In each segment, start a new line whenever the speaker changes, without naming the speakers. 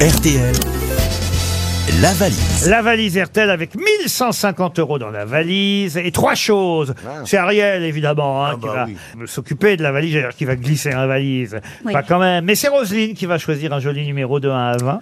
RTL, la valise.
La valise RTL avec 1150 euros dans la valise et trois choses.
Ah.
C'est Ariel, évidemment, hein, qui
bah
va s'occuper de la valise, c'est-à-dire qui va glisser la valise.
Oui.
Pas quand même. Mais c'est Roselyne qui va choisir un joli numéro de 1 à 20.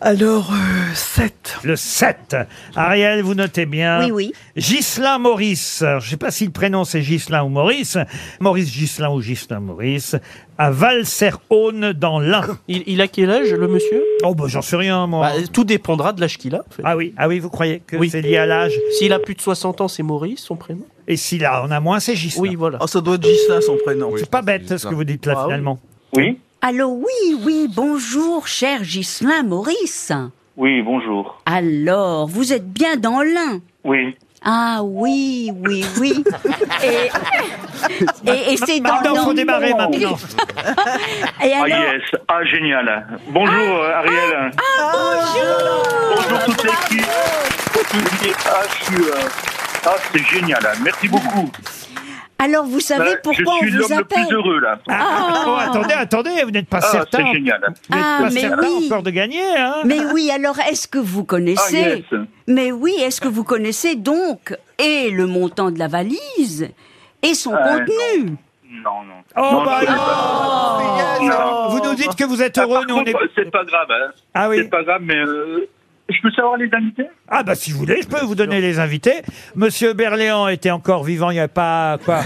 Alors, 7.
Le 7. Ariel, vous notez bien.
Oui, oui.
Ghislain Maurice. Alors, je sais pas si le prénom c'est Ghislain ou Maurice. Maurice Ghislain ou Ghislain Maurice. À Valserre-Aune dans l'Ain.
Il, il a quel âge, le monsieur
Oh, bah, j'en sais rien, moi.
Bah, Tout dépendra de l'âge qu'il a. en fait.
ah oui, ah oui, vous croyez que
Oui.
c'est lié à l'âge
S'il a plus de 60 ans, c'est Maurice, son prénom
Et si là, on a moins, c'est Ghislain.
Oui, voilà.
Oh, ça doit être Gislain, son prénom.
C'est pas bête ce que vous dites là
Ah oui.
finalement.
Oui,
Allô, oui, oui, bonjour, cher Ghislain Maurice.
oui, bonjour.
Alors, vous êtes bien dans l'un
Oui.
Ah oui, oui, oui. Et, et, et c'est dans
Pardon, faut
l'un.
démarrer maintenant.
Et
Ah
alors,
yes, ah génial. Bonjour euh, Ariel. bonjour. Bonjour toute l'équipe. Toute l'équipe. Ah, je suis, euh, ah, c'est génial. Merci beaucoup.
alors, vous savez
Là, Bah, je
pourquoi
suis
on vous
l'homme le plus
appelle
heureux là. Ah,
Oh, attendez, attendez, vous n'êtes pas certain.
c'est génial.
Vous n'êtes
Ah,
pas
mais
certain
oui.
encore de gagner, hein
Mais oui, alors est-ce que vous
Ah yes.
connaissez Mais oui, est-ce que vous connaissez donc et le montant de la valise et son
Ah,
contenu
Non, non.
Oh,
Non,
bah,
je connais pas. Non.
Vous nous dites que vous êtes
Ah,
heureux,
par
nous on est.
contre, C'est pas grave. hein.
Ah oui.
C'est pas grave, mais euh, je peux savoir les invités
Ah bah si vous voulez, je peux vous donner les invités. Monsieur Berléand était encore vivant, il n'y a pas quoi.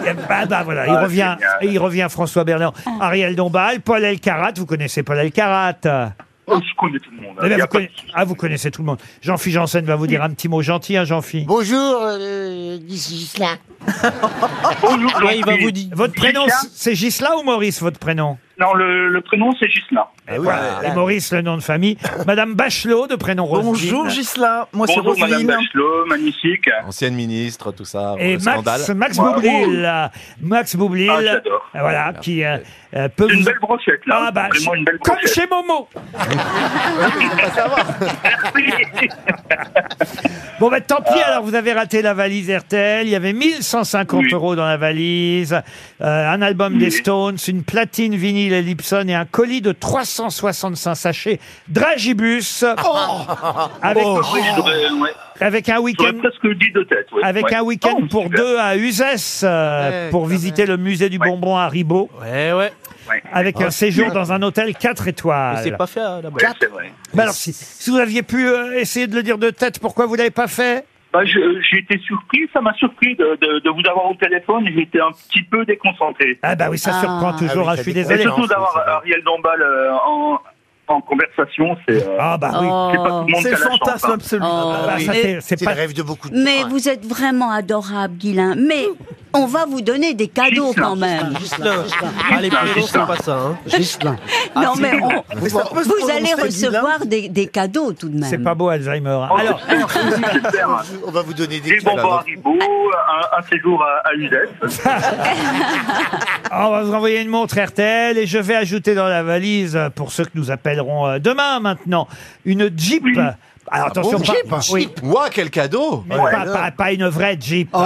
Il y a- Bah, bah voilà, il
Ah,
revient,
génial.
il revient François Berléand, Ariel Dombal, Paul Elkarat, vous connaissez Paul Elkarat
Oh, Je connais tout le monde. hein.
Eh bien,
Y a
vous
pas de
conna-
souci.
Ah, vous connaissez tout le monde. Jean-Philippe Janssen va vous dire un petit mot gentil, hein, Jean-Philippe
Bonjour, euh, Gislain.
Bonjour,
Ouais, il va
Jean-Philippe.
vous dire.
Votre prénom,
Gislain
c'est Gisla ou Maurice, votre prénom
Non, le, le prénom c'est Gislain. Ah.
Voilà. Et Maurice, le nom de famille. Madame Bachelot, de prénom Roselyne.
Bonjour Gislain, moi c'est
Bonjour Madame
Roselyne.
Bachelot, magnifique.
Ancienne ministre, tout ça.
Et
euh, scandale.
Max, Max
Bravo.
Boublil. euh, Max Boublil.
Ah, j'adore.
euh, voilà, qui euh, euh, peut
Une
vous-
belle brochette là.
Ah, bah,
Vraiment une belle
comme
brochette.
chez Momo. Bon, bah, tant
Ah.
pis, alors, vous avez raté la valise RTL. Il y avait 1150
Oui.
euros dans la valise, euh, un album des
Oui.
Stones, une platine vinyle Ellipson et un colis de 365 sachets Dragibus.
Oh.
avec,
Oui, j'aurais ouais,
avec un
j'aurais
week-end.
presque dit de tête. ouais.
Oh. Avec
Ouais.
un week-end
Oh,
pour
super.
deux à Uzès euh,
Ouais,
pour
quand
visiter le musée du
Ouais.
bonbon à Ribot
Ouais, ouais.
Ouais.
avec un séjour dans un hôtel 4
Mais
étoiles.
c'est pas fait à la
Ouais,
base.
c'est vrai.
Bah alors si, si vous aviez pu euh, essayer de le dire de tête, pourquoi vous l'avez pas fait
Bah, je- j'ai été surpris, ça m'a surpris de, de- de vous avoir au téléphone. J'étais un petit peu déconcentré.
Ah bah oui, ça
Ah.
surprend toujours, hein,
Ah oui, ça
je suis
dépend.
Et
désolé.
surtout
c'est-
d'avoir
c'est vrai.
Ariel Dombal euh, en, en conversation, c'est euh,
Ah bah oui.
c'est pas tout le monde qui
C'est le
a la chance,
fantasme
hein.
absolu.
Oh.
Ah
Bah, ça,
Mais-
c'est- c'est
C'est le
pas...
rêve de beaucoup de
Mais
gens.
vous êtes vraiment adorable, Guilain. Mais on va vous donner des cadeaux
Gislain,
quand même.
Gislain. Ah, les prénoms, c'est pas ça. Hein.
Non, mais on-
Mais ça peut se
hein. vous allez
prononcer
recevoir des, des cadeaux tout de même.
C'est pas beau Alzheimer. hein.
Oh,
Alors,
j'espère, j'espère.
On va vous donner des
Des
clés, là,
bonbons
non
à Ribot, un, un séjour à, à Uzès.
on va vous envoyer une montre RTL et je vais ajouter dans la valise, euh, pour ceux que nous appellerons euh, demain maintenant, une Jeep.
Oui.
Alors attention,
bon,
pas,
Jeep
oui,
Ouah, quel cadeau
mais pas, pas- pas une vraie Jeep.
Oh,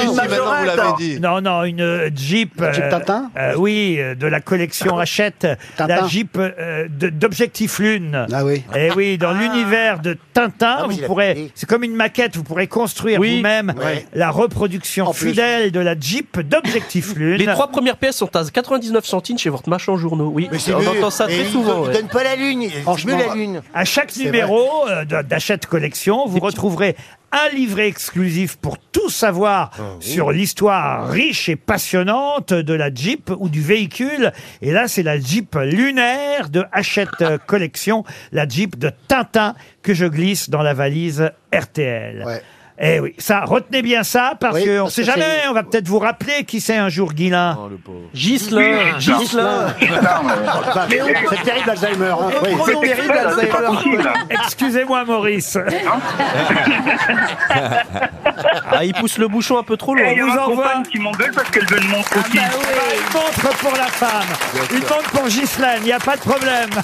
si, si, maintenant vous
majorette,
l'avez
hein.
dit.
Non, non, une euh, Ah. Jeep. euh, euh, Oui, euh, de la collection Hachette. La Jeep euh, de- d'Objectif Lune. Ah oui. Et oui, dans l'univers de Tintin,
Ah, moi,
vous
je l'ai
pourrez.
pris.
C'est comme une maquette, vous pourrez construire
Oui.
vous-même
Ouais.
la reproduction
En plus.
fidèle de la Jeep d'Objectif Lune.
Les trois premières pièces sont à 99 centimes chez votre machin journaux. Oui, on
mieux.
entend ça
Et
très
il
souvent.
donne-
ouais.
Eh donne pas la lune, c'est mieux la lune.
À chaque numéro euh, de- d'Hachette Collection, vous retrouverez un livret exclusif pour tout savoir
Ah
sur l'histoire riche et passionnante de la Jeep ou du véhicule. Et là, c'est la Jeep lunaire de Hachette euh, Collection, la Jeep de Tintin que je glisse dans la valise RTL.
Ouais.
Eh oui, ça, retenez bien ça, parce
Oui,
qu'on
parce
sait
que
jamais,
c'est-
on va peut-être vous rappeler qui c'est un jour, Guilain.
Oh, le pauvre.
Gislain, Gislain.
C'est terrible Alzheimer. hein. Oui.
Oh, non,
C'est
terrible,
exprès, là, c'est pas
Alzheimer.
possible.
Excusez-moi, Maurice.
Ah, il pousse le bouchon un peu trop
Et
loin.
il y a
vous envoie-
ma
Ah, bah
compagne qui m'engueule parce qu'elle veut une montre aussi.
Une montre pour la femme, une montre pour Ghislaine, il n'y a pas de problème.